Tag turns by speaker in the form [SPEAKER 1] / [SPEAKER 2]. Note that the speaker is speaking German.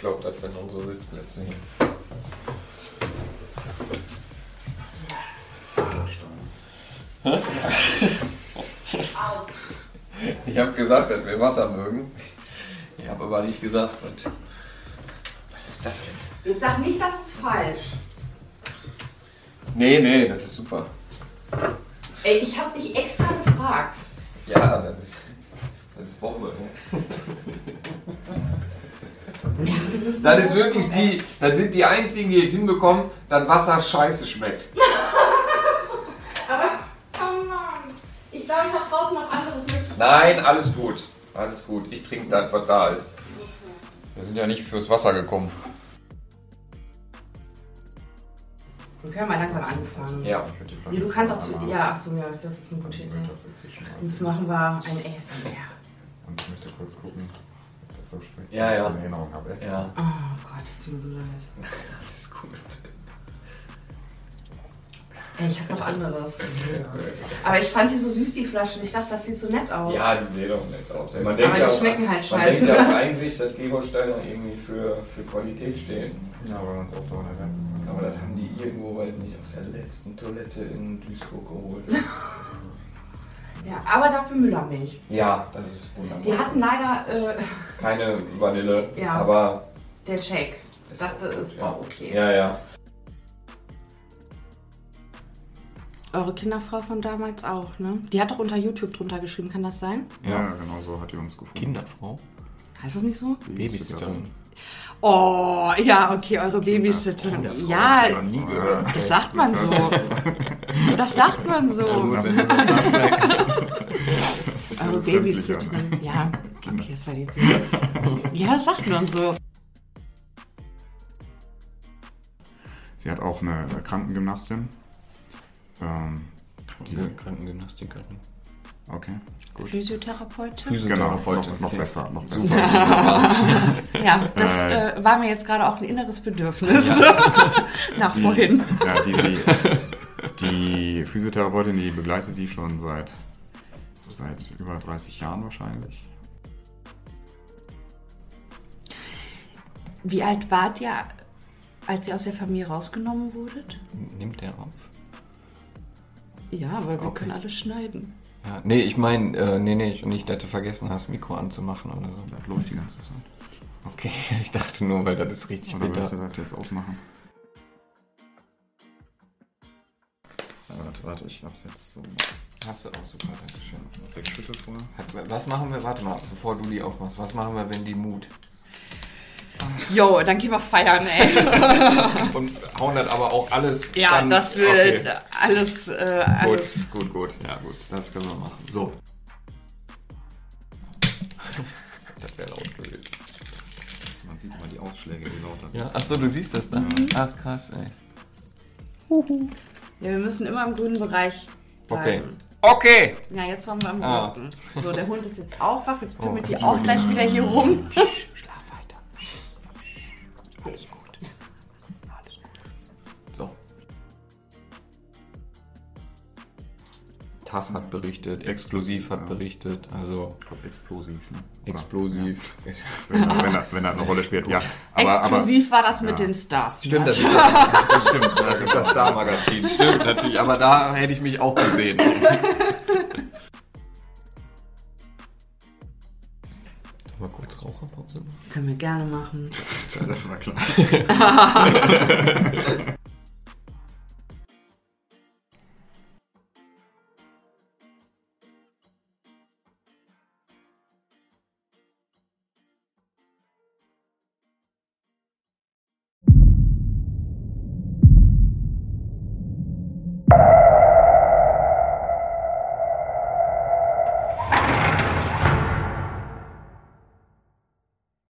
[SPEAKER 1] glaube, das sind unsere Sitzplätze hier. Ich habe gesagt, dass wir Wasser mögen. Ich habe aber nicht gesagt, dass- was ist das denn?
[SPEAKER 2] Jetzt sag nicht, das ist falsch.
[SPEAKER 1] Nee, nee, das ist super.
[SPEAKER 2] Ey, ich hab dich extra gefragt.
[SPEAKER 1] Ja, das ist, das ist Bombe. ne? Das ist wirklich die, das sind die einzigen, die es hinbekommen, dass Wasser scheiße schmeckt.
[SPEAKER 2] Aber, oh Mann. Ich glaube, ich hab draußen noch anderes mit.
[SPEAKER 1] Nein, alles gut. Alles gut. Ich trinke das, was da ist.
[SPEAKER 3] Wir sind ja nicht fürs Wasser gekommen.
[SPEAKER 2] Wir können mal langsam anfangen.
[SPEAKER 1] Ja.
[SPEAKER 2] Nee, du kannst auch zu. Ja, achso, ja, das ist eine gute Idee. Jetzt machen wir ein ASMR.
[SPEAKER 3] Und ich möchte kurz gucken, ob das so schmeckt.
[SPEAKER 1] Ja,
[SPEAKER 3] wie
[SPEAKER 1] ja.
[SPEAKER 3] Ich es in Erinnerung habe. ey.
[SPEAKER 1] Ja,
[SPEAKER 2] Oh Gott, das tut mir so leid.
[SPEAKER 1] alles gut.
[SPEAKER 2] Ey, ich hab noch anderes. Aber ich fand die so süß, die Flaschen. Ich dachte, das sieht so nett aus.
[SPEAKER 1] Ja, die sehen auch nett aus. Man
[SPEAKER 2] Aber die schmecken halt
[SPEAKER 1] man
[SPEAKER 2] scheiße.
[SPEAKER 1] denkt ja auch eigentlich, dass Gebersteiner irgendwie für, für Qualität stehen.
[SPEAKER 3] Ja, aber uns auch daran erinnern.
[SPEAKER 1] Aber das haben die irgendwo weit nicht aus der letzten Toilette in Duisburg geholt.
[SPEAKER 2] ja aber dafür Müllermilch.
[SPEAKER 1] ja, das ist
[SPEAKER 2] Die
[SPEAKER 1] wunderbar.
[SPEAKER 2] hatten leider äh,
[SPEAKER 1] Keine Vanille,
[SPEAKER 2] Ja.
[SPEAKER 1] aber
[SPEAKER 2] der Shake.
[SPEAKER 1] es
[SPEAKER 2] Das
[SPEAKER 1] auch gut,
[SPEAKER 2] ist
[SPEAKER 1] ja.
[SPEAKER 2] auch okay.
[SPEAKER 1] Ja, ja.
[SPEAKER 2] Eure Kinderfrau von damals auch, ne? Die hat doch unter YouTube drunter geschrieben, kann das sein?
[SPEAKER 3] Ja, genau so hat die uns gefunden.
[SPEAKER 4] Kinderfrau?
[SPEAKER 2] Heißt das nicht so?
[SPEAKER 4] Babysitterin.
[SPEAKER 2] Oh, ja, okay, eure Babysitterin.
[SPEAKER 3] Kinderfrau hab ich noch
[SPEAKER 2] Ja,
[SPEAKER 3] nie gehört.
[SPEAKER 2] das sagt man so. Das sagt man so.
[SPEAKER 3] Wenn du das sagst, das ist
[SPEAKER 2] Eure
[SPEAKER 3] ja befremdlich, ja, ne?
[SPEAKER 2] Babysitterin. Ja, okay, das war die Babysitterin. Ja, das sagt man so.
[SPEAKER 3] Sie hat auch eine Krankengymnastin. Ähm, die,
[SPEAKER 4] Ja, Krankengymnastikerin.
[SPEAKER 3] okay, gut.
[SPEAKER 2] Physiotherapeutin?
[SPEAKER 3] Genau,
[SPEAKER 4] Physiotherapeutin.
[SPEAKER 3] noch, noch
[SPEAKER 4] Okay.
[SPEAKER 3] besser, noch besser.
[SPEAKER 2] Ja, das
[SPEAKER 3] Äh.
[SPEAKER 2] äh, war mir jetzt gerade auch ein inneres Bedürfnis. Nach vorhin.
[SPEAKER 3] Ja, die, sie, die Physiotherapeutin, die begleitet die schon seit, seit über 30 Jahren wahrscheinlich.
[SPEAKER 2] Wie alt wart ihr, als ihr aus der Familie rausgenommen wurdet?
[SPEAKER 4] Nimmt der auf?
[SPEAKER 2] Ja, weil wir
[SPEAKER 4] Okay.
[SPEAKER 2] können alles schneiden.
[SPEAKER 4] Ja. Nee, ich meine, äh, nee, nee, ich, und ich hatte vergessen, das Mikro anzumachen oder so.
[SPEAKER 3] Das läuft die ganze Zeit.
[SPEAKER 4] Okay, ich dachte nur, weil das ist richtig
[SPEAKER 3] Oder willst du
[SPEAKER 4] bitter.
[SPEAKER 3] das jetzt ausmachen? Warte, warte, ich hab's jetzt so.
[SPEAKER 4] Hast du auch super, danke schön.
[SPEAKER 3] Sechs Schritte vor.
[SPEAKER 4] Hat- Was machen wir, warte mal, bevor du die aufmachst, was machen wir, wenn die Mut?
[SPEAKER 2] Jo, dann gehen wir feiern, ey.
[SPEAKER 4] Und hauen das aber auch alles
[SPEAKER 2] Ja,
[SPEAKER 4] dann,
[SPEAKER 2] das wird alles, äh, alles.
[SPEAKER 4] Gut, gut, gut. Ja, gut, das können wir machen. So. das wäre laut gewesen.
[SPEAKER 3] Man sieht immer die Ausschläge, die lauter
[SPEAKER 4] Ja, achso, du siehst das dann? Ach, krass, ey.
[SPEAKER 2] Ja, wir müssen immer im grünen Bereich
[SPEAKER 4] Okay.
[SPEAKER 2] bleiben.
[SPEAKER 4] Okay!
[SPEAKER 2] Ja, jetzt waren wir im
[SPEAKER 4] Ah.
[SPEAKER 2] roten. So, der Hund ist jetzt auch wach, jetzt pimmelt
[SPEAKER 4] Oh,
[SPEAKER 2] die auch gleich wieder hier rum.
[SPEAKER 4] Schlaf weiter. Alles gut. Alles gut. So. TAF hat berichtet, Explosiv hat berichtet, also
[SPEAKER 3] Explosiv, ne?
[SPEAKER 4] Explosiv. Ist-
[SPEAKER 3] Wenn, wenn, das- wenn das eine Rolle spielt, ja. Aber, aber,
[SPEAKER 2] Exklusiv war das mit
[SPEAKER 3] ja.
[SPEAKER 2] den Stars.
[SPEAKER 4] Stimmt, das ist das,
[SPEAKER 3] stimmt, das ist das da.
[SPEAKER 4] Star-Magazin. Stimmt, natürlich, aber da hätte ich mich auch gesehen. Mal kurz Raucherpause machen.
[SPEAKER 2] Können wir gerne machen.
[SPEAKER 3] Das war klar.